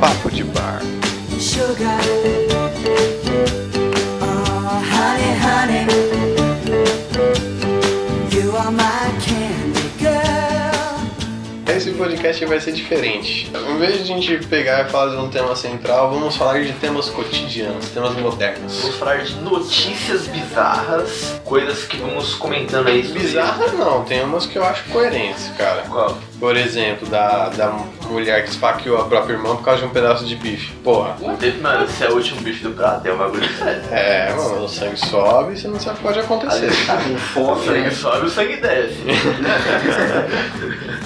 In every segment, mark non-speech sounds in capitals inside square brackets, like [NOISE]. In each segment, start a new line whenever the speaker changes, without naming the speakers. Papo de Bar.
Sugar, oh honey, honey, you are my candy girl.
Esse podcast vai ser diferente. Em vez de a gente pegar e falar de um tema central, vamos falar de temas cotidianos, temas modernos.
Vamos falar de notícias bizarras, coisas que vamos comentando aí. sobre-
Bizarras não, tem umas que eu acho coerentes, cara.
Qual?
Por exemplo, da, da mulher que esfaqueou a própria irmã por causa de um pedaço de bife. Porra.
Mano, esse é o último bife do prato, é um bagulho sério.
É, mano, o sangue sobe e você não sabe o que pode
Às
[LAUGHS] acontecer.
vezes você tá com
O
fome,
sangue
né?
sobe, o sangue desce.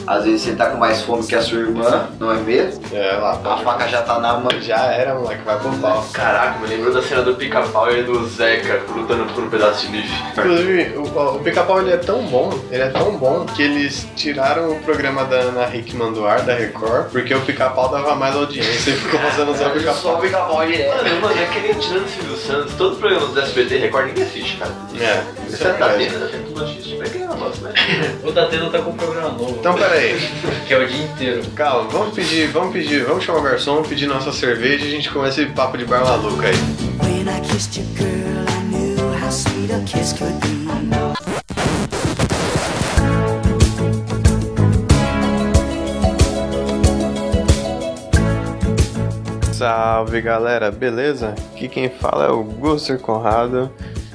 Às vezes você tá com mais fome que a sua irmã, não é mesmo?
É, lá,
A
pode...
faca já tá na mão.
Já era, moleque, vai pro pau.
Caraca, me lembrou da cena do pica-pau e do Zeca lutando por um pedaço de bife.
Inclusive, o, o Pica-Pau ele é tão bom, ele é tão bom que eles tiraram o programa da Ana Hickman do ar, da Record, porque o Pica-Pau dava mais audiência e ficou passando
É,
só o
Só
Pica-Pau.
pica-pau direto.
Mano, mano, é que nem tirando o Silvio Santos, todos os programas do SBT Record ninguém assiste, cara.
É, isso
Você
é
tá
verdade.
tendo, tá tendo tudo assiste. Pra que é negócio, né?
O Datena tá com um programa novo,
Então, peraí,
que é o dia inteiro.
calma, vamos pedir, vamos pedir, vamos chamar o garçom, pedir nossa cerveja e a gente começa esse papo de bar maluco aí.
When I kissed you, girl, I knew how sweet a kiss could be.
Salve galera, beleza? Aqui quem fala é o Guster Conrado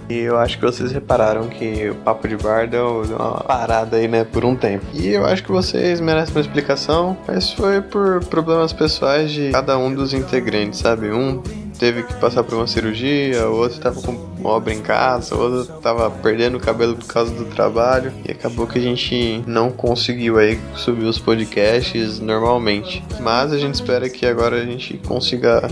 e eu acho que vocês repararam que o Papo de Bar deu deu uma parada aí, né, por um tempo. E eu acho que vocês merecem uma explicação, mas foi por problemas pessoais de cada um dos integrantes, sabe? Um teve que passar por uma cirurgia, o outro tava com uma obra em casa, o outro tava perdendo o cabelo por causa do trabalho e acabou que a gente não conseguiu aí subir os podcasts normalmente. Mas a gente espera que agora a gente consiga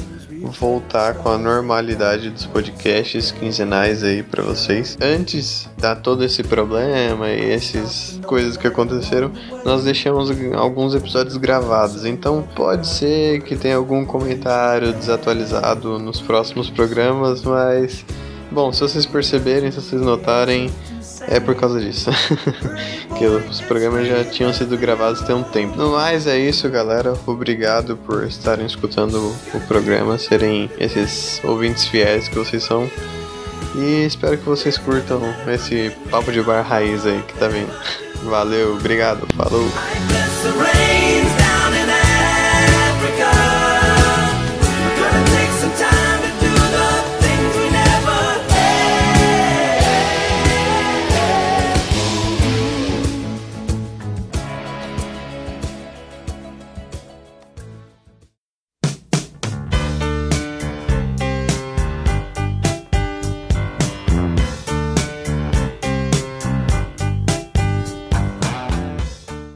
voltar com a normalidade dos podcasts quinzenais aí pra vocês. Antes da todo esse problema e essas coisas que aconteceram, nós deixamos alguns episódios gravados. Então pode ser que tenha algum comentário desatualizado nos próximos programas, mas bom, se vocês perceberem, se vocês notarem, é por causa disso. [LAUGHS] que os programas já tinham sido gravados tem um tempo. No mais é isso, galera. Obrigado por estarem escutando o programa, serem esses ouvintes fiéis que vocês são. E espero que vocês curtam esse papo de bar raiz aí que tá vindo. [LAUGHS] Valeu, obrigado, falou.
Guess the rain's down in Africa. We're gonna take some time to do the things we never did.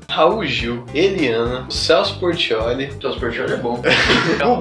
Raul Gil, Eliana, Celso Portioli,
Então, os portões é bom.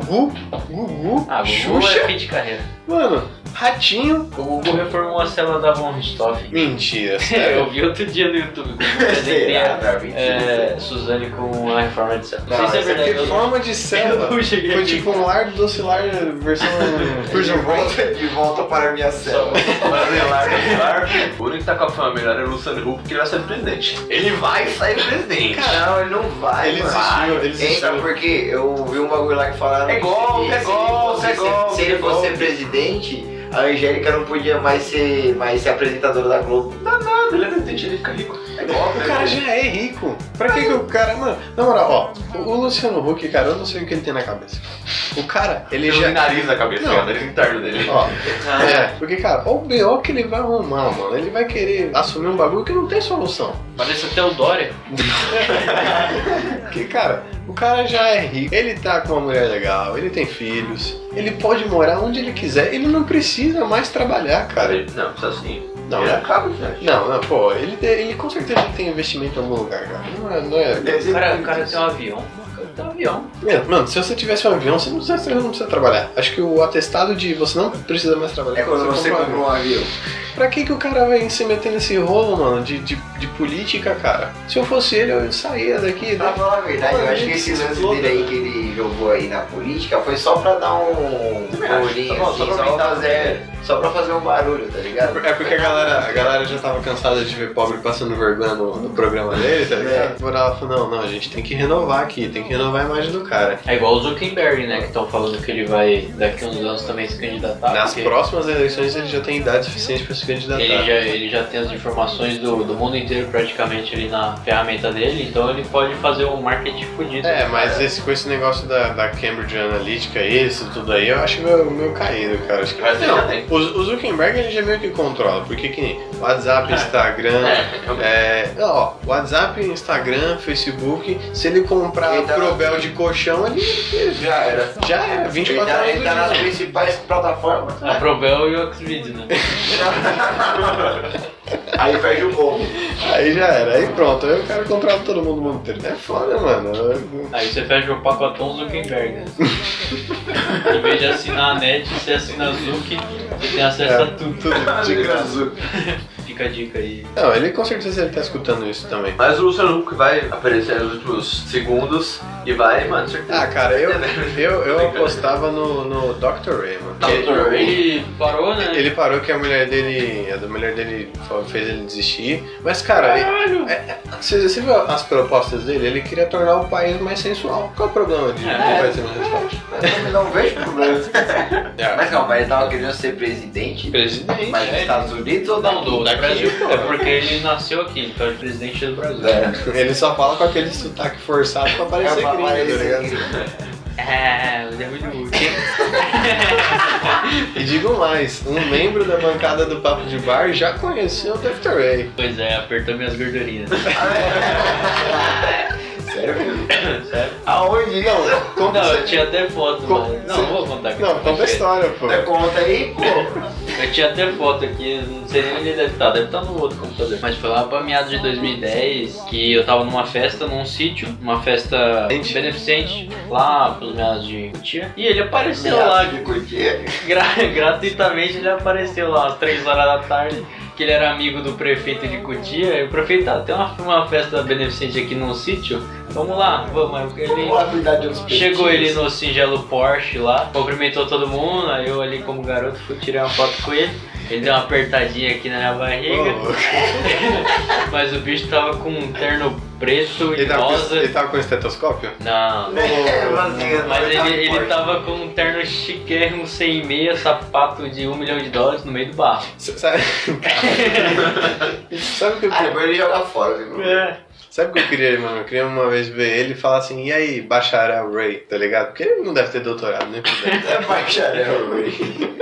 Gugu, Gugu,
Ah, Xuxa é fim de carreira.
mano, Ratinho.
O Gugu reformou a célula da Von Richthofen.
Mentira,
[LAUGHS] Eu vi outro dia no YouTube.
[LAUGHS]
quando eu apresentei a, É, Suzane com a reforma de célula. Não sei se é verdade. eu não-
forma de célula.
Eu não cheguei
Foi
aqui.
tipo um lar doce lar versão
De
Virgin Gold.
volta, de volta para a minha cela.
é
[LAUGHS]
O único que tá com a fama melhor é o Luciano Huck, porque ele vai ser presidente. Ele vai sair presidente.
Não, ele não vai,
Ele
mano.
desistiu, ele
Entra
desistiu.
porque eu vi um bagulho lá que falaram.
É golpe,
que
é
se ele
golpe,
fosse-
é golpe,
Se ele
é golpe.
fosse presidente, a Angélica não podia mais ser, mais ser apresentadora da Globo.
Ah, ele é presidente, ele fica rico. É golpe,
O
é
cara
golpe.
já é rico. Pra que, que o cara. Mano, na moral, ó, o Luciano Huck, cara, eu não sei o que ele tem na cabeça. O cara, ele
Ele
já.
já nariz na cabeça,
Não.
cara, nariz interno dele.
Ó,
Ah.
é, porque, cara, olha o BO que ele vai arrumar, mano. Ele vai querer assumir um bagulho que não tem solução.
Parece até o Dória.
Porque, cara, o cara já é rico, ele tá com uma mulher legal, ele tem filhos, ele pode morar onde ele quiser, ele não precisa mais trabalhar, cara.
Ele- Não, precisa assim.
Não,
ele
né?
acaba, gente.
Não, não, pô, ele, tem- ele com certeza tem investimento em algum lugar, cara. Não é. Não é
Deve ser
O cara, o
muito
cara
isso.
tem um avião. O cara tem um avião.
É, mano, se você tivesse um avião, você não precisa, você não precisa trabalhar. Acho que o atestado de você não precisa mais trabalhar.
É quando você
compra um
comprou
[LAUGHS]
um avião.
avião. Pra que, que o cara vai se meter nesse rolo, mano, de, de, de política, cara? Se eu fosse ele, eu saía daqui.
Pra
né?
falar a verdade, eu acho que esse lance dele aí que ele jogou aí na política foi só pra dar um
Também acho,
bolinho,
tá bom,
assim,
só pra
só pra,
aumentar as
fazer, só pra fazer um barulho, tá ligado?
É porque a galera, a galera já tava cansada de ver pobre passando vergonha no, no programa dele, tá ligado?
É.
Por ela falou, não, não, a gente tem que renovar aqui, tem que renovar a imagem do cara.
É igual o Zuckerberg, né? Que estão falando que ele vai daqui a uns anos também se candidatar.
Nas
porque
próximas eleições ele já tem idade suficiente pra se candidatar.
ele já, ele já tem as informações do, do mundo inteiro praticamente ali na ferramenta dele, então ele pode fazer um marketing fudido.
É, mas esse, com esse negócio da, da Cambridge Analytica e isso tudo aí, eu acho meio, meio caído, cara. Acho que
Mas ele já tem.
O, o Zuckerberg ele já meio que controla, porque que nem WhatsApp, Instagram.
É,
É, ó, WhatsApp, Instagram, Facebook, se ele comprar
Ele tá na-
Probel de colchão, ele
Já era.
já é 24
Ele tá,
horas
ele
do
tá
dia.
nas principais plataformas.
A Probel e o Oxvid, né?
Aí perde o gol.
Aí já era, aí pronto, aí o cara comprava todo mundo no mundo inteiro. É foda,
[LAUGHS]
mano. Eu-
Aí você fecha o pacotão Zuckerberg,
[LAUGHS]
né? em vez de assinar a net, você assina a Zuck e tem acesso a tudo.
É, Tudo de graça.
Fica a dica aí.
Não, ele com certeza ele tá escutando isso também.
Mas o Luciano Huck vai aparecer nos últimos segundos e vai, mano, certeza.
Ah, cara, eu, eu, eu apostava no, no Dr. Ray, mano. Que-
Dr. Ray parou, né?
Ele parou que a mulher dele. A da mulher dele só fez ele desistir. Mas, cara, ele- é,
Caralho!
você, você viu as propostas dele? Ele queria tornar o país mais sensual. Qual é o problema de
É.
não vai ser mais sensual?
né? Eu também não vejo problema.
É.
Mas não, mas ele tava querendo ser presidente,
Presidente.
mas dos
é.
Estados Unidos ou
Não,
não?
do, do Brasil. É porque ele nasceu aqui, então ele é presidente do Brasil.
É,
Ele só fala com aquele sotaque forçado pra
é
parecer
pra
gringo, tá
parecer
ligado?
gringo.
É, ele é muito
[LAUGHS]
útil.
E digo mais, um membro da bancada do Papo de Bar já conheceu o Dr. Ray.
Pois é, apertou minhas
[LAUGHS]
gordurinhas.
Sério mesmo?
Sério?
Aonde? Não,
Conta
Não, é
essa-
eu tinha até foto,
Com-
mas. Não, não vou contar aqui.
Não, conta a história, pô.
É conta aí, pô.
Eu tinha até foto aqui, não sei nem onde deve estar, deve estar no outro computador. Mas foi lá pra meados de 2010 que eu tava numa festa, num sítio, uma festa
Gente.
beneficente, lá pros meados de Cutia. E ele apareceu lá,
Meado de curtir.
gra- [LAUGHS] gratuitamente ele apareceu lá às 3 horas da tarde. Que ele era amigo do prefeito de Cutia, e o prefeito ah, tem uma, uma festa beneficente aqui num sítio, vamos lá, vamos. Aí Ele,
Vamos lá cuidar de uns peitinhos.
Chegou ele no singelo Porsche lá, cumprimentou todo mundo, aí eu ali como garoto fui tirar uma foto com ele. Ele deu uma apertadinha aqui na minha barriga,
Ô,
mas o bicho tava com um terno preto e
Ele tava, com,
rosa.
ele tava com estetoscópio?
Não.
É, vazio,
Mas
não,
ele, ele
importa.
tava com um terno chiquérrimo sem meia, sapato de um milhão de dólares no meio do barro.
S- Sabe, sabe o que eu
Ah,
queria?
depois ele joga fora, viu?
É. Sabe o que eu queria, mano? Eu queria uma vez ver ele e falar assim, e aí, bacharel Ray, tá ligado? Porque ele não deve ter doutorado, né? nem puder.
É bacharel, velho.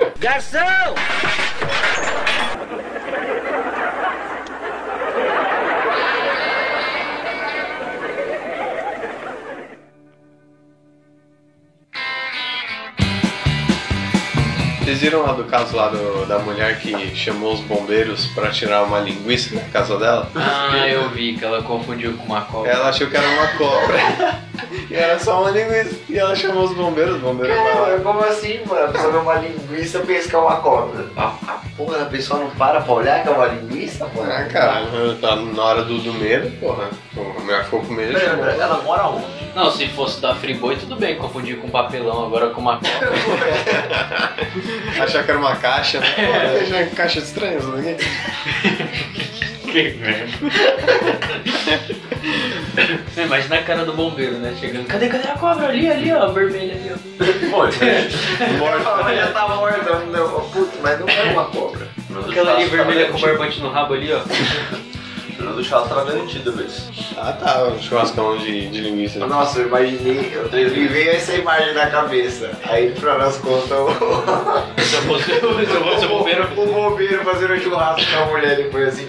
Vocês viram lá do caso lá do- da mulher que chamou os bombeiros pra tirar uma linguiça da casa dela?
Ah, eu vi que ela confundiu com uma cobra.
Ela achou que era uma cobra. [LAUGHS] e era só uma linguiça. E ela chamou os bombeiros, os bombeiros falaram.
Cara, como assim, mano? A pessoa vê uma linguiça pescar uma cobra. A, a porra da pessoa não para pra olhar que é uma linguiça, mano.
Ah, caralho, tá na hora do, do medo, porra. A mulher ficou com medo.
Pera, pera, Ela mora onde?
Não, se fosse da Friboi, tudo bem, confundir com papelão, agora com uma cobra.
Achar que era uma caixa. [LAUGHS] né? Pô, deixa uma caixa estranha isso daqui.
[LAUGHS] Que merda. Não, Imagina a cara do bombeiro, né? Chegando. Cadê, cadê a cobra? Ali, ali, ó. Vermelha ali, ó. [LAUGHS]
Bom,
É.
Morta.
Ela já tá morta, não. Putz, mas não é uma cobra.
né?
Aquela
tá
ali vermelha com barbante no rabo ali, ó.
O do
tá
Charles tava garantido, velho.
Ah, tá, um churrascão de, de linguiça.
Nossa, eu imaginei, eu me veio essa imagem na cabeça. Aí pra nós conta o,
[LAUGHS] Se eu fosse, se eu fosse o bombeiro,
o bombeiro fazendo um churrasco com a mulher depois assim.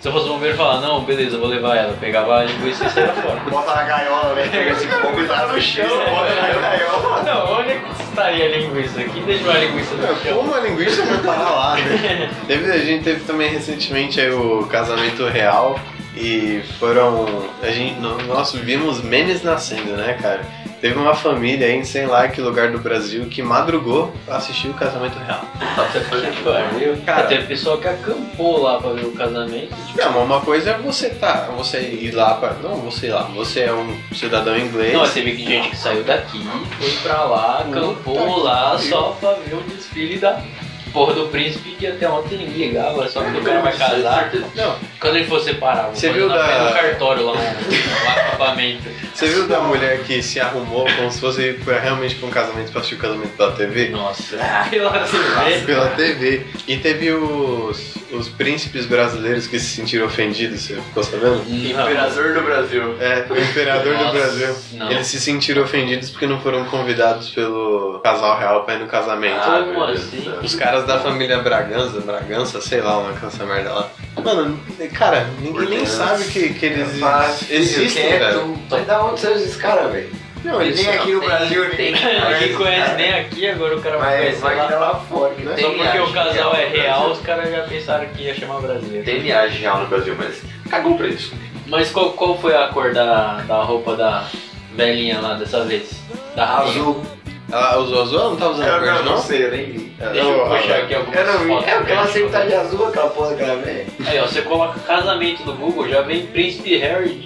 se eu fosse o bombeiro falar, não, beleza, eu vou levar ela. Pegava a linguiça e saia fora.
Bota na gaiola, né? Pega esse fogo tá no chão, bota na gaiola.
[LAUGHS] Não, onde é que estaria a linguiça? Quem deixou a linguiça no
É,
chão?
Como a linguiça vai parar lá, né? [LAUGHS] Teve- a gente teve também recentemente aí o casamento real e foram. A gente, no- nós vimos memes nascendo, né, cara? Teve uma família aí em sei lá que lugar do Brasil que madrugou pra assistir o casamento real.
Você foi que pariu.
Cara.
Teve pessoa que acampou lá pra ver o casamento.
Não, mas uma coisa é você tá, você ir lá pra. Não, você ir lá, você é um cidadão inglês.
Não, mas teve gente que saiu daqui, foi pra lá, acampou lá só pra ver o desfile da porra do príncipe que até ontem ninguém ligava, só que o cara vai casar.
Não,
Quando ele for separar,
Você
você
viu
viu na
da-
frente do cartório lá, um, um acampamento.
você viu da mulher que se arrumou como se fosse pra- realmente pra um casamento pra assistir o casamento da TV?
Nossa, pela
[LAUGHS]
TV.
Pela TV. E teve os, os príncipes brasileiros que se sentiram ofendidos, você ficou sabendo?
Imperador do Brasil.
É, o imperador do
Nossa,
Brasil.
não.
Eles se sentiram ofendidos porque não foram convidados pelo casal real pra ir no casamento.
Ah,
meu
como
Deus
assim?
do céu.
Os caras da família Bragança, Bragança, sei lá, uma essa merda lá. Mano, cara, ninguém nem
Bragança.
sabe que, que eles
Mas,
existem,
quem é
velho.
tu? Mas da onde são esses caras, velho?
Não,
Ele
eles
nem aqui no Brasil, nem
[LAUGHS]
né?
Ninguém conhece nem aqui, agora o cara vai
Mas
conhecer
vai
lá.
dar lá fora, né?
Só
Tem
porque
acho
o
que
casal é
é um
real,
Brasil.
os caras já pensaram que ia chamar brasileiro.
Tem viagem real no Brasil, mas cagou pra isso.
Mas qual, qual foi a cor da, da roupa da velhinha lá dessa vez? Da rainha?
Azul.
Ela usou azul? Ela não tá
É,
usando verde, não?
sei, eu nem vi.
Deixa eu puxar aqui algumas
Eu não
fotos
vi. É porque
pra
ela
gente
sempre tá
colocar.
de azul, aquela porra daquela velha.
Aí, ó, você coloca casamento no Google, já vem Príncipe Harry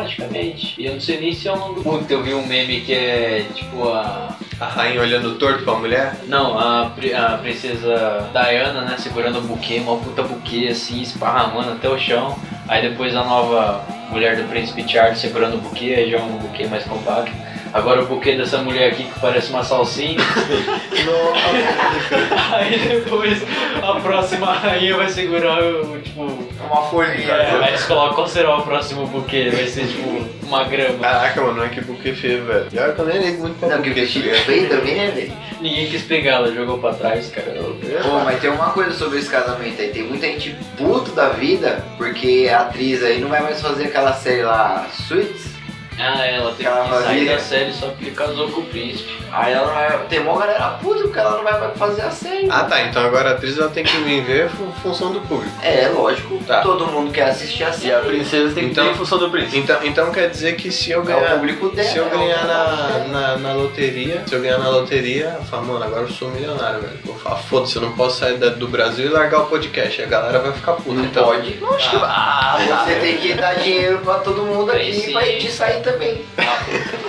automaticamente. E eu não sei nem se é o nome do Puta, eu vi um meme que é tipo a.
A rainha olhando torto pra mulher?
Não, a, pri- a princesa Diana, né, segurando o buquê, uma puta buquê assim, esparramando até o chão. Aí depois a nova mulher do príncipe Charles segurando o buquê, aí joga um buquê mais compacto. Agora o buquê dessa mulher aqui que parece uma salsinha. [LAUGHS] Aí depois a próxima rainha vai segurar o tipo.
É uma folhinha.
É,
né?
aí você coloca qual será o próximo buquê? Vai ser tipo uma grama.
Caraca, mano, é que buquê feio, velho. E olha que eu nem ligo muito pra
Não, que
buquê
vestido
feio.
feio também, né, velho?
Ninguém quis pegar, ela jogou pra trás, cara. Eu-
Pô, mas tem uma coisa sobre esse casamento aí. Tem muita gente puto da vida, porque a atriz aí não vai mais fazer aquela série lá, Suits.
Ah, ela teve
Ela
que sair
fazia-
da série só porque casou com o príncipe.
Aí ela não vai. Tem uma galera "Ah, puta porque ela não vai mais fazer a série.
Ah, tá. Então agora a atriz ela tem que me ver fu- função do público.
É, lógico.
Tá.
Todo mundo quer assistir a
E a
série.
princesa tem que
Então-
ter em função do príncipe.
Então, então quer dizer que se eu
É o
ganhar...
público dela.
Se eu
é o
ganhar na,
negócio
na, na loteria, se eu ganhar na loteria, eu falo, mano, agora eu sou milionário, velho. Vou falar, foda-se, eu não posso sair da- do Brasil e largar o podcast. A galera vai ficar puta.
dela.
então.
Pode. tá.
Ah,
Você tem que dar dinheiro pra todo mundo
Tem
aqui
sim.
pra gente sair também.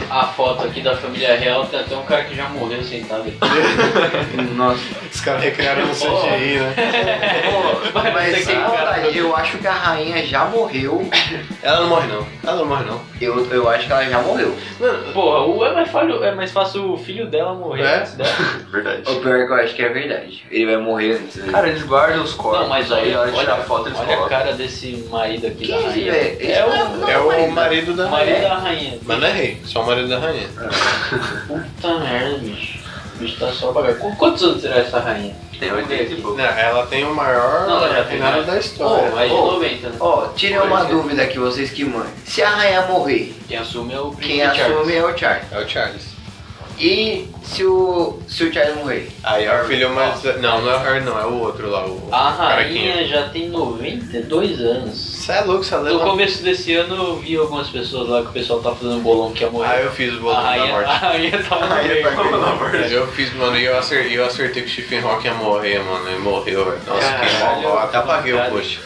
A, a foto aqui da família real tem até um cara que já morreu sentado.
Nossa.
Os caras recriaram no CGI, né?
Tem
Mas sem
que ficar-
maldade, eu acho que a rainha já morreu.
Ela não morre, não. Ela não morre, não.
Eu, eu acho que ela já morreu.
Mano,
Porra, o é mais, falho, é mais fácil o filho dela morrer
É?
antes dela.
Verdade.
O pior é que eu acho que é verdade. Ele vai morrer antes. né?
Cara, eles guardam os corpos.
Não, mas aí,
na hora de
olha,
tirar foto, eles
olha a
colocam.
cara desse marido aqui
Que
da
isso,
rainha.
velho? Isso
É
não é-
o
não
é o
marido.
marido da
marido
rainha.
da rainha.
Mas não é rei, só o marido da rainha.
Ah.
Puta merda, bicho. O bicho tá só bagulho. Qu- Quantos anos será essa rainha?
Tem 80 e pouco.
Não, ela tem o maior
Não, ela já tem
reinado
mais.
da
Pô,
história.
mais de
Ô,
90, né?
Ó, tirem
Pois
uma
é.
dúvida aqui, vocês que mandam. Se a rainha morrer,
Quem assume é o príncipe
quem assume é o Charles.
É o Charles.
E se o, se o Charles morrer?
Aí o filho mais. Não, não é o Harry, não, é o outro lá, o
A
carequinha.
rainha já tem 92 anos.
Você é louco, você
No
leva.
começo desse ano eu vi algumas pessoas lá que o pessoal tá fazendo bolão que ia morrer.
Ah, eu fiz o
a
bolão da
rainha, é [LAUGHS] a
morte. tá
rainha tá tava no meio.
Eu fiz, mano, e eu acertei, eu acertei que o Stephen Hawking ia morrer, mano, e morreu, velho. Nossa, que
Caralho.
mó até apaguei o
Caralho.
post.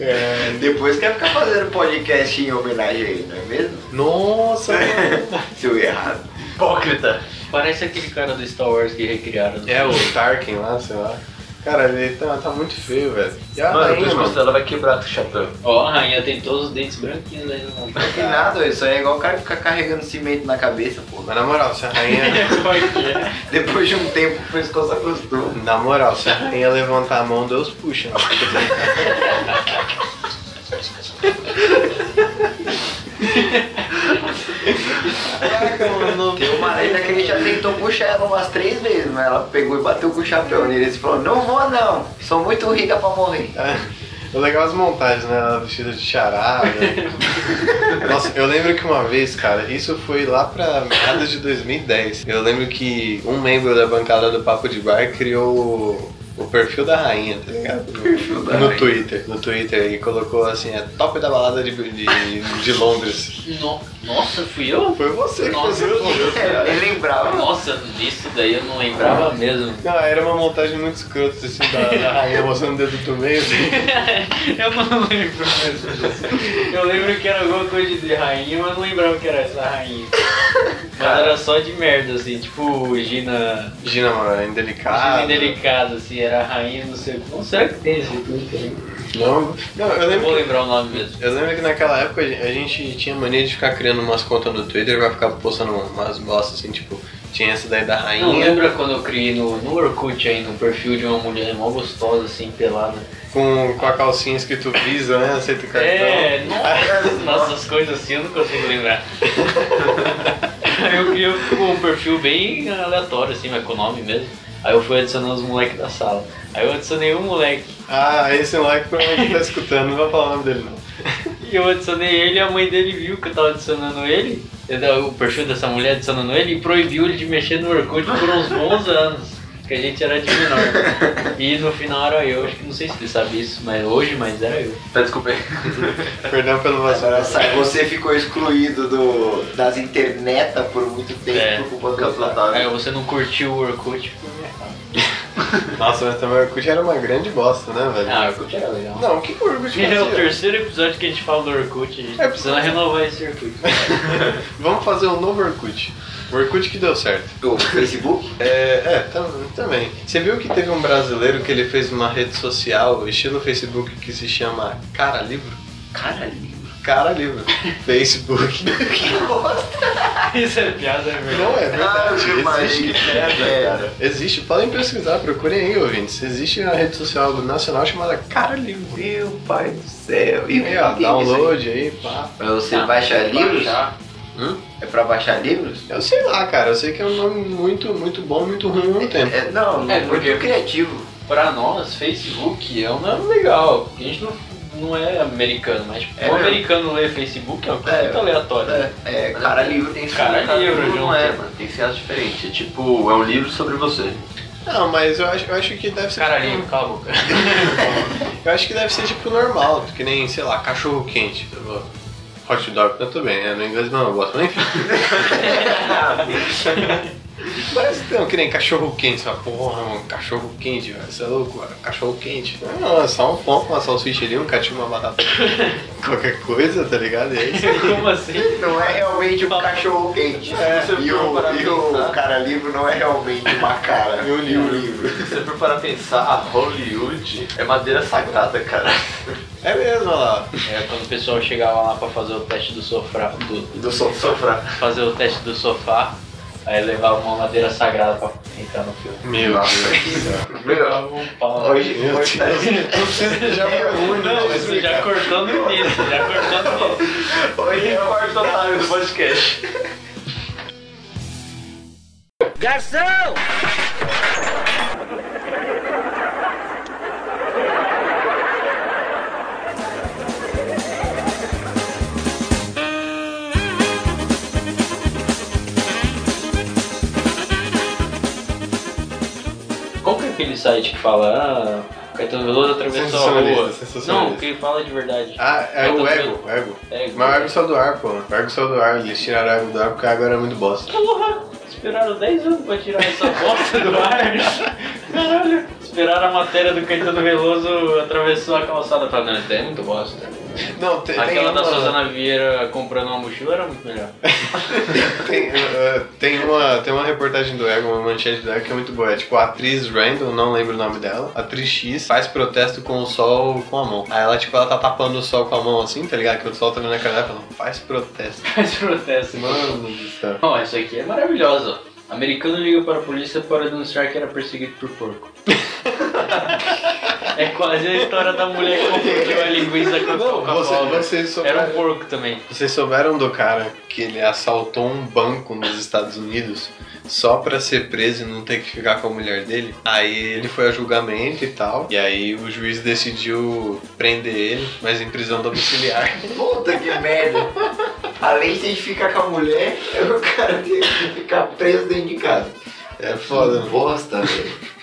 É, depois quer ficar fazendo podcast em homenagem a ele, não é
[LAUGHS]
mesmo?
Nossa, [LAUGHS] mano.
Se eu errado.
Hipócrita.
[LAUGHS] Parece aquele cara do Star Wars que recriaram. né?
É o Tarkin lá, sei lá. Cara, ele tá, tá muito feio, velho. E a
Mano,
rainha,
depois
mano?
que ela vai quebrar o chapéu.
Ó, a rainha tem todos os dentes branquinhos ainda. não.
[LAUGHS]
Que nada, isso aí é igual o cara ficar carregando cimento na cabeça, pô.
Mas na moral, se a rainha.
Depois de um tempo o pescoço acostuma.
Na moral, se a rainha levantar a mão, Deus puxa. mano. Caraca, mano.
Tem uma lenda que ele já tentou puxar ela umas três vezes, mas ela pegou e bateu com o chapéu nele e falou, não vou não, sou muito rica pra morrer.
[LAUGHS] É legal as montagens, né? Ela vestida de charada. Nossa, eu lembro que uma vez, cara, isso foi lá pra meados de 2010. Eu lembro que um membro da bancada do Papo de Bar criou o perfil da rainha, tá ligado? No,
da
no
rainha.
Twitter. No Twitter. E colocou assim, é top da balada de, de, de Londres.
[LAUGHS] No- nossa, fui eu?
Foi você que fez
Nossa, eu
isso.
[LAUGHS] Eu nem lembrava.
Nossa, disso daí eu não lembrava mesmo.
Não, era uma montagem muito escrota assim, da, da rainha mostrando o dedo do meio. Assim.
[LAUGHS] eu não lembro mesmo disso. Eu lembro que era alguma coisa de rainha, mas não lembrava que era essa rainha. Mas era só de merda, assim, tipo Gina.
Gina, mano, é
Gina
indelicada.
indelicada, assim, era a rainha, não sei. Não será que tem esse Twitter? aí?
Não, não, eu
Eu
lembro
vou
que
lembrar o nome mesmo.
Eu lembro que naquela época a gen- a gente tinha mania de ficar criando umas contas no Twitter vai ficar postando umas bostas assim, tipo, tinha essa daí da rainha.
Não lembra quando eu criei no, no Orkut aí, no perfil de uma mulher mó gostosa, assim, pelada.
Com, com a calcinha escrito Visa, né? Aceita o cartão.
É, nossa, nossa, as coisas assim eu não consigo lembrar. Aí eu criei um um perfil bem aleatório, assim, mas com o nome mesmo. Aí eu fui adicionando os moleques da sala. Aí eu adicionei um moleque.
Ah, esse moleque provavelmente tá escutando, não vai falar o nome dele não.
E eu adicionei ele e a mãe dele viu que eu tava adicionando ele. entendeu? O perfil dessa mulher adicionando ele e proibiu ele de mexer no Orkut por uns bons anos. Que a gente era de menor. E no final era eu, acho que não sei se ele sabe isso, mas hoje, mas era eu.
Tá, desculpa aí.
Perdão pelo vazio.
Agora sai, você ficou excluído do, das internetas por muito tempo
É.
por culpa do Flávio.
Aí
Cancelador.
você não curtiu o Orkut por minha causa.
Nossa, mas também o Orkut era uma grande bosta, né, velho?
Ah, o Orkut era legal.
Não, o que que o Orkut
[LAUGHS] É o
fazia?
terceiro episódio que a gente fala do Orkut, a gente
É,
tá precisando renovar esse Orkut. [LAUGHS]
Vamos fazer um novo Orkut. O Orkut que deu certo.
O Facebook?
É, é tam- também. Você viu que teve um brasileiro que ele fez uma rede social, estilo Facebook, que se chama Cara Livro?
Caralho.
Cara [LAUGHS] Livro. Facebook.
Isso é piada, é verdade.
Não é verdade.
Ave Maria,
existe. é,
que merda, cara.
Existe. Podem pesquisar, procurem aí, ouvintes. Existe uma rede social nacional chamada Cara Livro.
Meu pai do céu. E
Aí, ó,
o que é isso aí?
download aí, pá.
Pra você
Ah,
baixar livros?
baixar.
Hum?
É pra baixar livros?
Eu sei lá, cara. Eu sei que é um nome muito, muito bom, muito ruim ao mesmo tempo.
É, não,
É,
é muito
porque-
criativo.
Pra nós, Facebook é um nome legal. A gente não, não é americano, mas tipo,
É
um
mesmo.
americano lê Facebook é uma coisa
É.
muito aleatória.
É, cara livro.
Tem
Cara,
significado
livro,
que
João.
não é, mano. Tem significado diferente. É tipo, é um livro sobre você. [LAUGHS]
Não, mas eu acho, eu acho que
É.
deve ser. um
Caralho, cala a boca.
Eu acho que deve ser tipo normal, que nem, sei lá, cachorro quente. tá bom? Hot dog, tanto bem, né? No inglês não, eu gosto, mas enfim. [LAUGHS] Mas então, que nem cachorro quente, essa porra, mano, cachorro quente, velho, você é louco, mano, cachorro quente. Não, é só um pão com uma salsicha ali, um catinho, uma batata, [LAUGHS] qualquer coisa, tá ligado? E é isso.
[LAUGHS] Como assim?
Não é realmente um cachorro quente.
É,
e o,
para
e o
assim, tá?
pensar.
cara livro não é realmente uma cara.
E um livro.
É um livro.
Se você for para pensar, Hollywood é madeira sagrada, cara.
É mesmo, olha lá.
É quando o pessoal chegava lá pra fazer o teste do sofá, do-
Do som.
Sofra.
fazer o teste do sofá, aí levava uma madeira sagrada pra entrar no filme.
Meu
Meu,
Levava um pau.
hoje,
Meu
hoje
Deus. Não precisa já foi ruim,
Não,
né?
você já cortou no início, já cortou no início.
Hoje é o quarto otário do podcast.
Qual que é aquele site que fala, ah, Caetano Veloso atravessou a
Sensacionalista,
rua?
sensacionalista.
Não, que fala de verdade.
Ah, é o ego, o ego.
É,
Mas o ego saiu do ar, pô. O ego saiu do ar, eles tiraram o ego do ar porque agora é muito bosta.
Porra, esperaram 10 anos pra tirar essa bosta do ar. Caralho. Esperaram a matéria do Caetano Veloso atravessou a calçada. Falaram, não, isso daí é muito bosta.
Não, tem, tem
Aquela
uma,
da Suzana Vieira comprando uma mochila era muito
[LAUGHS]
melhor.
tem, eh, tem uma Tem uma reportagem do Ego, uma manchete do Ego que é muito boa. É tipo, a atriz random, não lembro o nome dela, atriz X, faz protesto com o sol com a mão. Aí ela, tipo, ela tá tapando o sol com a mão assim, tá ligado? Que o sol tá vindo na cara dela e falando, faz protesto.
Faz protesto.
Mano do céu.
Ó, essa aqui é maravilhosa. ó. Americano liga para a polícia para denunciar que era perseguido por [LAUGHS] porco. é quase a história da mulher que confundiu a linguiça com a
Não, você,
Coca-Cola.
vocês souberam.
Tá Era um porco também.
Vocês souberam do cara que ele assaltou um banco nos Estados Unidos só pra ser preso e não ter que ficar com a mulher dele? Aí ele foi a julgamento e tal, e aí o juiz decidiu prender ele, mas em prisão domiciliar.
Puta que merda. Além de ficar com a mulher, é o cara tem que ficar preso dentro de casa.
É foda,
Que
mano.
Bosta, velho.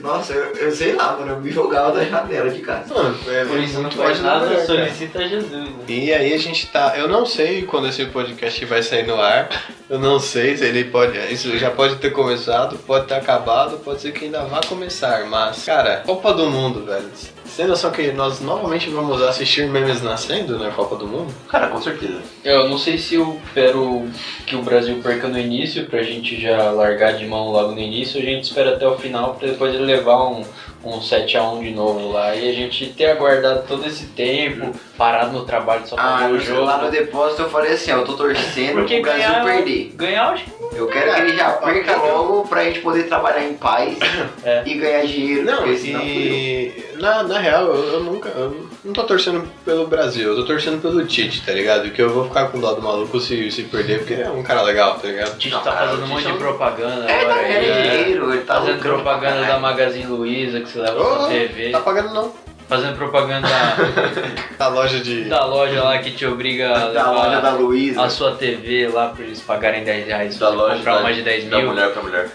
Nossa, eu, eu sei lá, mano, eu me jogava da janela de casa.
Mano, é
Por isso não
muito
faz
mais
nada,
lugar, cara.
solicita a Jesus. né?
E aí a gente tá. Eu não sei quando esse podcast vai sair no ar. Eu não sei se ele pode. Isso já pode ter começado, pode ter acabado, pode ser que ainda vá começar. Mas, cara, Copa do Mundo, velho. Sem noção que nós novamente vamos assistir memes nascendo na Copa do Mundo?
Cara, com certeza.
Eu não sei se eu espero que o Brasil perca no início, pra gente já largar de mão logo no início, a gente espera até o final pra depois ele levar um, um 7x1 de novo lá e a gente ter aguardado todo esse tempo, parado no trabalho só pra
Ah,
ver o
eu,
jogo. né?
lá no depósito eu falei assim, ó, eu tô torcendo
É Porque
pro Brasil
ganhar-
perder.
Ganhar, eu acho que
Eu quero que ele já perca logo pra gente poder trabalhar em paz
[COUGHS] É.
e ganhar dinheiro,
Não,
porque senão fudeu.
e na, na real, eu, eu nunca. Eu não tô torcendo pelo Brasil, eu tô torcendo pelo Tite, tá ligado? Que eu vou ficar com dó do maluco se, se perder, porque ele é um cara legal, tá ligado?
o Tite
Não,
tá
cara,
fazendo
o
um
Tite
monte
é
de
um-
propaganda
É,
agora
tá
aí.
ganhando
né?
dinheiro, ele tá
Fazendo
lucrando pra
propaganda da
caralho.
Magazine Luiza que você leva pra
Ô,
TV.
Tá pagando não.
Fazendo propaganda
A loja de.
da loja lá que te obriga a
Da
levar
loja da Luísa.
a sua TV lá pra eles pagarem 10 reais
Da
pra
loja
comprar
da-
uma de 10
Da
mil.
mulher pra mulher.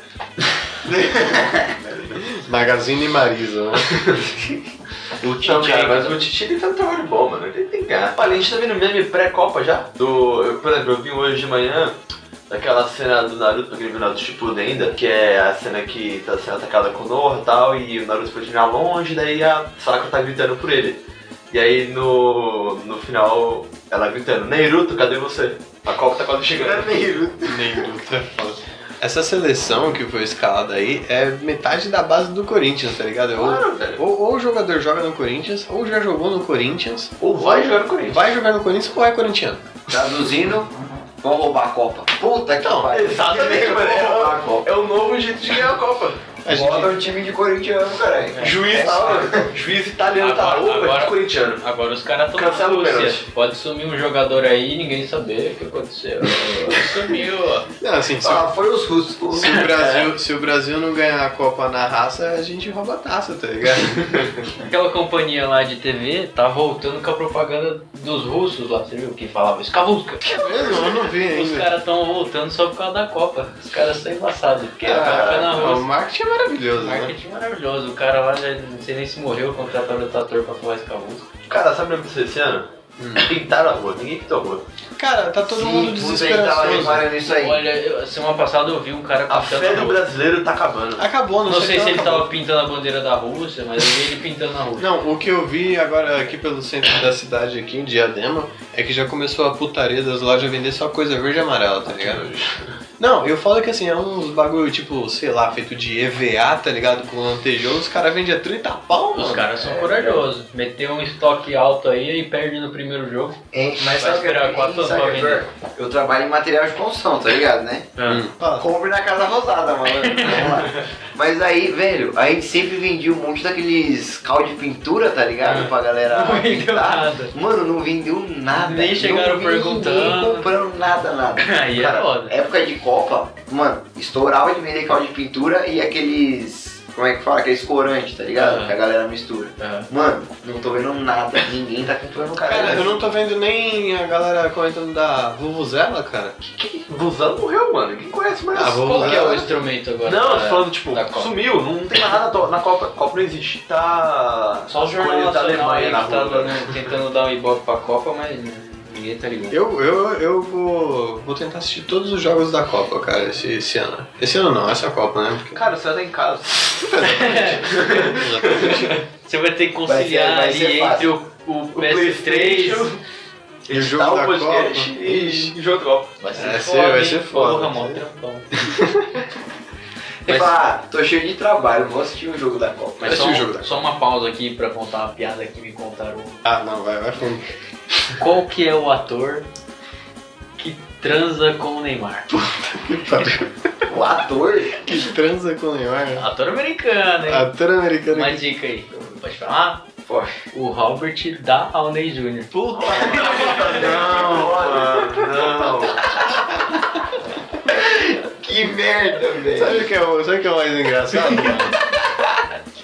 Magazine Marisa, né?
O
Não,
Tite
cara,
ainda-
mas o Titi ele tá no trabalho bom, mano. Ele tem que ganhar. Olha, a gente tá vendo meme pré-copa já? Do. Eu, por exemplo, eu vim hoje de manhã daquela cena do Naruto, aquele final do Shippuden ainda, que é a cena que tá sendo atacada com o Noah e tal, e o Naruto foi tirar longe, daí a Sakura tá gritando por ele. E aí no, no final ela gritando, Naruto, cadê você? A Copa tá quase chegando.
Essa seleção que foi escalada aí é metade da base do Corinthians, tá ligado? Ou,
Claro, Então, velho.
ou, ou o jogador joga no Corinthians, ou já jogou no Corinthians,
Ou vai jogar no Corinthians.
vai jogar no Corinthians ou é corintiano.
Traduzindo, vão roubar a Copa. Puta que
Então,
pariu.
exatamente, mano.
Vão roubar a Copa.
É o novo jeito de ganhar a Copa.
A
Bota
gente, É.
um time de corintiano, caralho.
Juiz, tá, [LAUGHS] juiz italiano tá
Agora-
louco,
agora-
é corintiano.
Agora os caras estão
Cancela o pênalti.
Pode sumir um jogador aí e ninguém saber o que aconteceu. Sumiu.
não, assim, se,
Ah, foi os russos.
se o Brasil, se o Brasil não ganhar a Copa na raça, a gente rouba a taça, tá ligado?
Aquela companhia lá de TV tá voltando com a propaganda dos russos lá. Você viu que falava Skavuska?
Mesmo? Eu não vi
Os
ainda.
caras estão voltando só por causa da Copa. Os caras são embaçados. Porque a Copa é na
Ah, o
Rússia.
marketing é maravilhoso, né?
Marketing é maravilhoso. O cara lá já não sei nem se morreu contratando o ator pra falar Skavuska.
Cara, sabe o que aconteceu esse ano? Pintaram a rua, ninguém pintou a rua.
Cara, tá todo mundo
tava
desesperançoso.
reparando isso aí.
Olha, eu- semana passada eu vi um cara
A
pintando
fé do brasileiro tá acabando.
Acabou, não,
Não sei se ele tá
acabou.
tava pintando a bandeira da Rússia, mas eu vi ele pintando a Rússia.
Não, o que eu vi agora aqui pelo centro da cidade, aqui em Diadema, é que já começou a putaria das lojas vender só coisa verde e amarela, tá ligado? Não, eu falo que assim, é uns bagulho tipo, sei lá, feito de EVA, tá ligado? Com lantejoulo, os caras vendem a 30 pau, mano.
Os caras
é.
são corajosos. Meteu um estoque alto aí e perde no primeiro jogo.
Hein, Mas
Vai
sabe o que
esperar quatro
sabe
anos
o que
pra
é pior? Eu trabalho em material de construção, tá ligado, né?
Ah,
Hum. Fala.
Compre na Casa Rosada,
[LAUGHS]
mano. Vamos lá. Mas aí, velho, a gente sempre vendia um monte daqueles cal de pintura, tá ligado? Pra galera
É. Não vendeu
pintar.
nada.
Mano, não vendeu nada.
Nem chegaram
Não vi ninguém
perguntando.
comprando nada, nada.
[LAUGHS] Aí é
Cara,
foda.
Época de Copa, mano, estourava de vender cal de pintura e aqueles... Como é que fala? Aqueles corantes, tá ligado?
Aham.
Que a galera mistura.
É.
Mano, não tô vendo nada. Ninguém tá comprando
Cara, eu
caralho.
não tô vendo nem a galera comentando da Vuvuzela, cara.
Vuzão morreu, mano. Quem conhece mais?
Ah, vou-
Qual que é o instrumento agora?
Não, eu
da-
tô falando, tipo,
da Copa?
sumiu, não tem mais nada to- na Copa. Copa não existe. Tá.
Só o jornal
Corinthians da
nacional aí
Alemanha
que
na
tá
rua.
dando- tentando dar um ibope pra Copa, mas ninguém tá ligando.
Eu, eu, eu vou, vou tentar assistir todos os jogos da Copa, cara, esse, esse ano. Esse ano não, essa Copa, né? Porque...
Cara, você tá em casa.
Você vai ter que conciliar
Vai ser- vai
ali
ser
entre
fácil.
o, o PS3...
[LAUGHS] E o jogo
tá
da
o podcast
Copa?
e jogo da Copa.
Vai
Vai
ser
ser-
foda,
vai
hein?
ser foda.
Porra, mó [LAUGHS] trampão.
Ele fala, ah, tô cheio de trabalho, vou assistir o jogo da Copa.
Mas
Esse
só, um-
é o jogo da
só uma pausa aqui pra contar uma piada que me contaram.
Ah, não, vai, vai fundo. [LAUGHS]
Qual que é o ator que transa com o Neymar?
tipo, O ator...
Que transa com o Neymar.
Ator americano, hein?
Ator americano.
Uma dica aí. Pode falar?
Pode.
O Robert da Downey Jr.
Puta
Não, mano, não.
Que merda, velho.
Sabe o que é, o- sabe o que é o mais engraçado?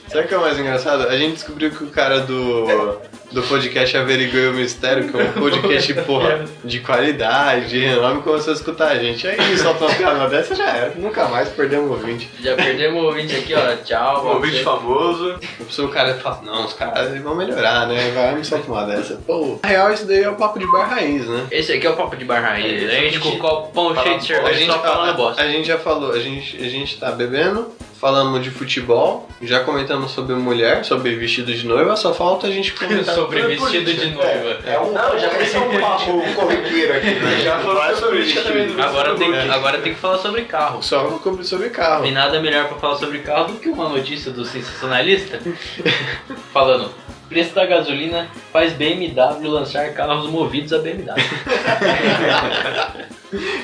Sabe o que é o mais engraçado? A gente descobriu que o cara do. do podcast Averiguei o Mistério, que é um podcast, porra, de qualidade, de renome, começou a escutar a gente. Aí solta uma piada "Ah, dessa já era. Nunca mais perdemos ouvinte.
Já perdemos o ouvinte aqui, ó. Tchau.
Um ouvinte
você.
famoso.
Eu preciso o cara fala, não, os caras vão melhorar, né? Vai me soltar uma dessa. Pô, na real, isso daí é o papo de bar raiz, né?
Esse aqui é o papo de bar raiz.
É,
né? a gente com o copão
fala
cheio de
Tá A
cerveja
gente,
só falando bosta.
a gente já falou, a gente, a gente tá bebendo, falamos de futebol, já comentamos sobre mulher, sobre vestido de noiva, só falta a gente comentar
Sobre vestido
política.
de noiva.
É um,
Não, já
esse é um papo corriqueiro aqui. né?
Já falou sobre isso também do
Agora tem,
É.
agora tem que falar sobre carro.
Só não cobrir sobre carro.
E nada melhor pra falar sobre carro do que uma notícia do sensacionalista [LAUGHS] falando. Preço da gasolina faz BMW lançar carros movidos a BMW.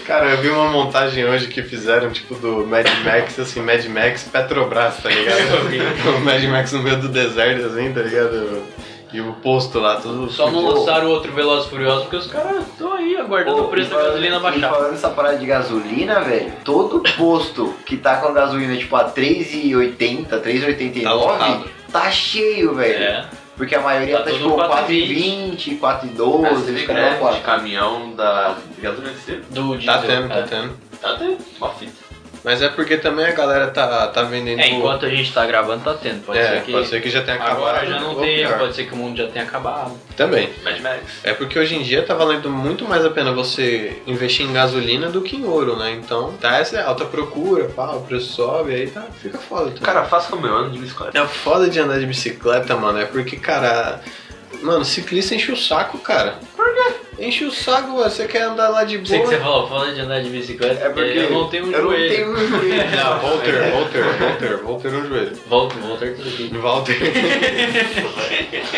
Cara, eu vi uma montagem hoje que fizeram, tipo, do Mad Max, assim, Mad Max Petrobras, tá ligado? [LAUGHS] o Mad Max no meio do deserto, assim, tá ligado? E o posto lá, tudo. Tá
Só não
fudido.
lançaram outro Veloz Furioso porque os caras estão aí aguardando
Pô,
o preço
e
da
falando-
gasolina
e
baixar.
Falando essa parada de gasolina, velho, todo posto que tá com a gasolina tipo a 3,80, 3,89,
Tá lotado.
tá cheio, velho.
É.
Porque a maioria
Tá
tá,
todo
tipo 4,20,
4,20,
4,12,
Ah, você
os
vê que
caras
é
não
de
quatro.
caminhão da gasolina de cima.
Do diesel.
Tá tendo, tá
é.
tendo.
Tá até uma fita.
Mas é porque também a galera tá, tá vendendo.
É, enquanto a gente tá gravando, tá tendo. Pode
É,
ser que.
pode ser que já tenha acabado. né?
Agora já não
ou
tem,
pior.
pode ser que o mundo já tenha acabado.
Também.
Mad Max.
É porque hoje em dia tá valendo muito mais a pena você investir em gasolina do que em ouro, né? Então, tá essa alta procura, pá, o preço sobe, aí tá, fica foda. também.
Cara, faça como eu ando de bicicleta.
É foda de andar de bicicleta, mano, é porque, cara. Mano, ciclista enche o saco, cara. Por quê? Enche o saco, mano, você quer andar lá de
Sei
boa.
que você falou, fala de andar de bicicleta.
É porque
eu não tenho um
eu não
joelho. [LAUGHS] É,
tenho um joelho.
Não, [LAUGHS] Walter, Walter, Walter, Walter no joelho.
Volta, volta tudo aqui.
Walter. [LAUGHS]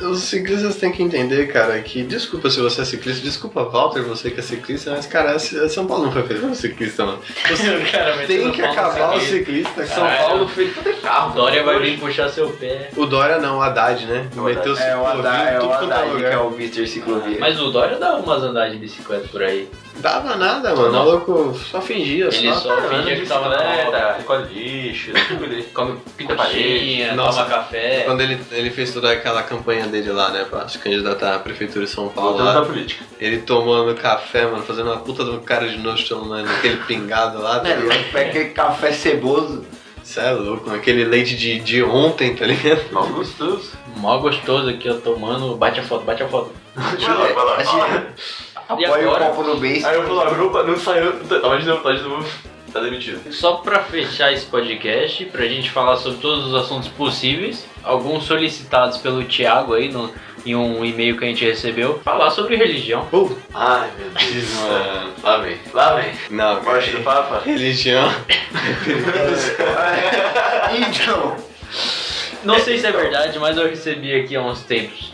Os ciclistas têm que entender, cara, que desculpa se você é ciclista, desculpa Walter, você que é ciclista, mas cara, esse- São Paulo não foi feito pra ciclista, mano. [LAUGHS]
O cara vai
Tem
todo
que
pau no
acabar o
cabelo.
ciclista,
São
cara.
Caralho.
Paulo fez tudo carro.
Dória vai
Hoje.
vir puxar seu pé.
O Dória não, o Haddad, né?
O
Meteu
É o
ciclovia em
Haddad, é
tudo
o
quanto é
Haddad que
lugar.
é o Mr. Ciclovia.
Mas o Dória dá umas andadas de bicicleta por aí.
Dava nada, mano. O maluco só fingia,
Ele
só. tá
só fingia que tava na
Bicicleta,
roda.
recolhe [LAUGHS] lixo, tudo isso.
Come
Pinta parede.
pintinha,
Nossa.
toma café.
Quando ele, ele fez toda aquela campanha dele lá, né, pra se candidatar à prefeitura de São Paulo,
Voltando
lá,
da política.
ele tomando café, mano, fazendo uma puta de um cara de nojo, mano, aquele pingado lá, tá
Né,
ligado?
ele pega aquele café ceboso.
Cê é louco, mano. aquele leite de, de ontem, tá ligado? [LAUGHS]
Mal gostoso.
Mó gostoso aqui, eu tomando. Bate a foto, bate a foto.
Deixa eu falar.
Assim,
E
Apoia o
agora,
copo no beijo.
Aí eu falo, a grupa não saiu. Tava de novo, tava de novo. Tá demitido.
só pra fechar esse podcast, pra gente falar sobre todos os assuntos possíveis, alguns solicitados pelo Thiago aí no, em um e-mail que a gente recebeu, falar sobre religião.
Ai, meu Deus.
Mano.
Lá vem. Lá vem.
Não,
Morte do
cara.
Papa.
Religião.
Então,
Não sei se
então.
é verdade, mas eu recebi aqui há uns tempos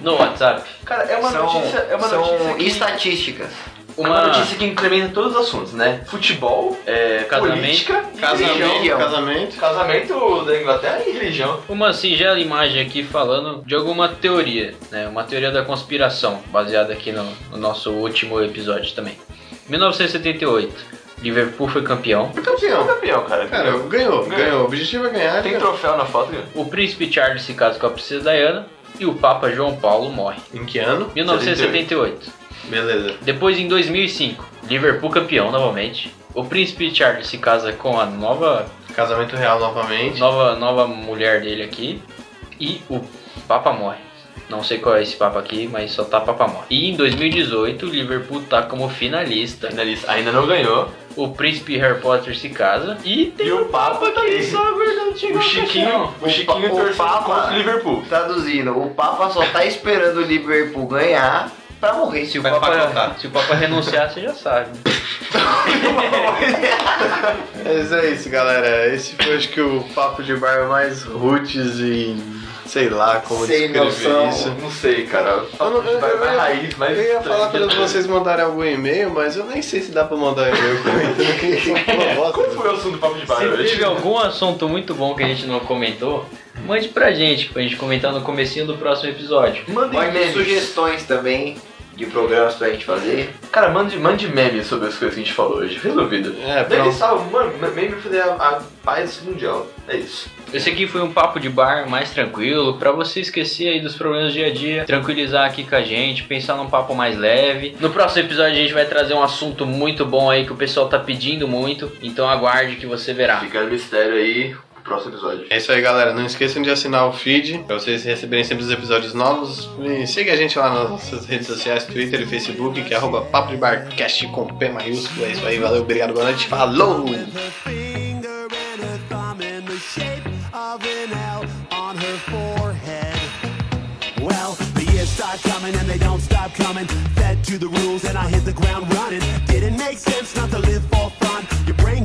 no WhatsApp
Cara, é uma
são,
notícia. É uma
são
notícia. que-
estatísticas.
Uma notícia que incrementa todos os assuntos, né? Futebol, é,
Casamento.
política, religião,
Casamento,
Religião.
casamento.
casamento da Inglaterra e religião.
Uma singela imagem aqui falando de alguma teoria, né? Uma teoria da conspiração, baseada aqui no, no nosso último episódio também. 1978. Liverpool foi campeão.
Campeão.
É Campeão, cara.
Cara, ganhou, ganhou. O objetivo é ganhar.
Tem
ganhou.
troféu na foto, viu?
O príncipe Charles se casa com a princesa Diana e o Papa João Paulo morre.
Em que ano?
1978.
Beleza.
Depois, em 2005, Liverpool campeão novamente. O príncipe Charles se casa com a nova,
Casamento real novamente.
nova, nova mulher dele aqui e o Papa morre. Não sei qual é esse Papa aqui, mas só tá Papa morre. E em 2018, o Liverpool tá como finalista.
Finalista. Ainda não ganhou.
O príncipe Harry Potter se casa e tem
E o Papa tá aí.
só a verdade
O
chegou ao caixão.
Chiquinho, o é Chiquinho
o
torcendo
Papa.
contra o Liverpool.
Traduzindo, o Papa só tá esperando o Liverpool ganhar pra morrer. Se o
Vai
Papa [LAUGHS]
empacotar.
Se o Papa renunciar, você já sabe.
Mas é isso, galera. Esse foi acho que o papo de bar mais roots e sei lá como
Sem
descrever
noção.
isso.
Não sei, cara.
Eu não- eu-
Vai
eu-
vai
eu-
raiz, mas. tá
Eu ia falar pra vocês mandarem algum e-mail, mas eu nem sei se dá pra mandar e-mail
[LAUGHS]
comentando que isso é uma bosta.
Como foi o assunto do Papo de Bar
Se
hoje?
teve algum assunto muito bom que a gente não comentou, mande pra gente, pra gente comentar no comecinho do próximo episódio.
Mandem
Mandem
memes.
sugestões também. de programas pra gente fazer.
Cara, mande, mande meme sobre as coisas que a gente falou hoje, sem dúvida.
É,
Meme
pronto.
salvo, mano, meme vai fazer a, a paz mundial. É isso.
Esse aqui foi um papo de bar mais tranquilo, pra você esquecer aí dos problemas do dia a dia, tranquilizar aqui com a gente, pensar num papo mais leve. No próximo episódio a gente vai trazer um assunto muito bom aí que o pessoal tá pedindo muito, então aguarde que você verá.
Fica no mistério aí pro próximo episódio.
É isso aí, galera. Não esqueçam de assinar o feed pra vocês receberem sempre os episódios novos. E siga a gente lá nas nossas redes sociais, Twitter e Facebook, que é arroba Papo de Barcast com P maiúsculo. É isso aí, valeu, obrigado, boa noite. Falou!
with her finger and her thumb in the shape of an L on her forehead. Well, the years start coming and they don't stop coming. Fed to the rules and I hit the ground running. Didn't make sense not to live for fun. Your brain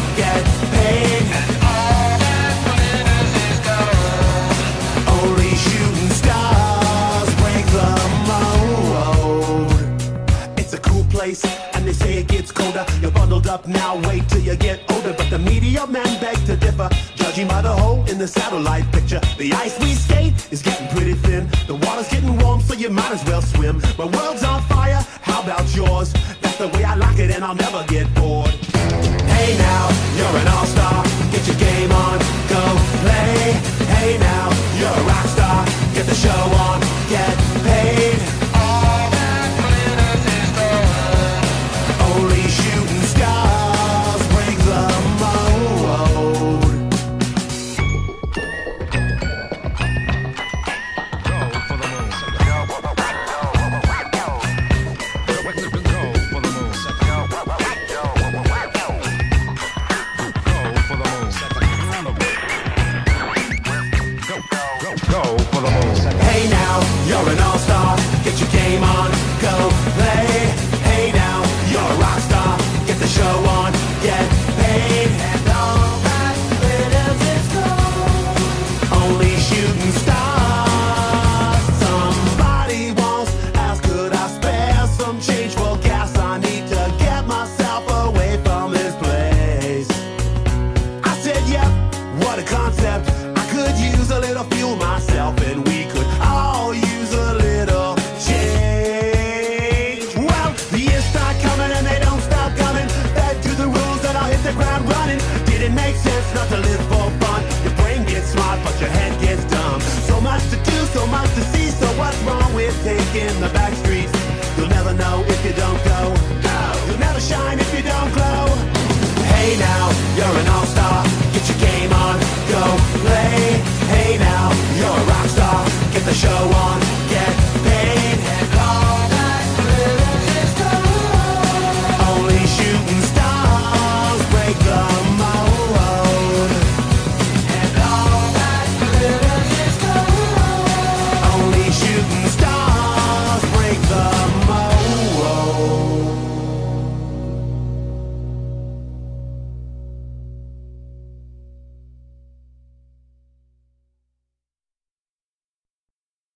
get paid. Only shooting stars break the mold. It's a cool place, and they say it gets colder. You're bundled up now, wait till you get older. But the media men beg to differ, judging by the hole in the satellite picture. The ice we skate is getting pretty thin. The water's getting warm, so you might as well swim. My world's on fire, how about yours? That's the way I like it, and I'll never get bored. Hey now, you're an all-star. Get your game on, go play. Hey now, you're a rock star. Get the show on, get paid. Only shooting stars break the mold. Hey now, you're an all-star. Get your game on, go play. Hey now, you're a rock star. Get the show on, get paid. And all that glitters is gold. Only shooting stars. Somebody once asked, could I spare some change for gas? I need to get myself away from this place. I said, yep, what a concept. I could use a little fuel myself, and we could all use a little change. Well, the years start coming and they don't stop coming. Fed to the rules that I'll hit the ground running. Didn't make sense not to live for fun. Your brain gets smart, but your head gets dumb. So much to do, so much to see. So what's wrong with taking the back streets? You'll never know if you don't go. You'll never shine if you don't glow. Hey now, you're an all-star. Get your game on, go play. Hey now, you're a rock star. Get the show on,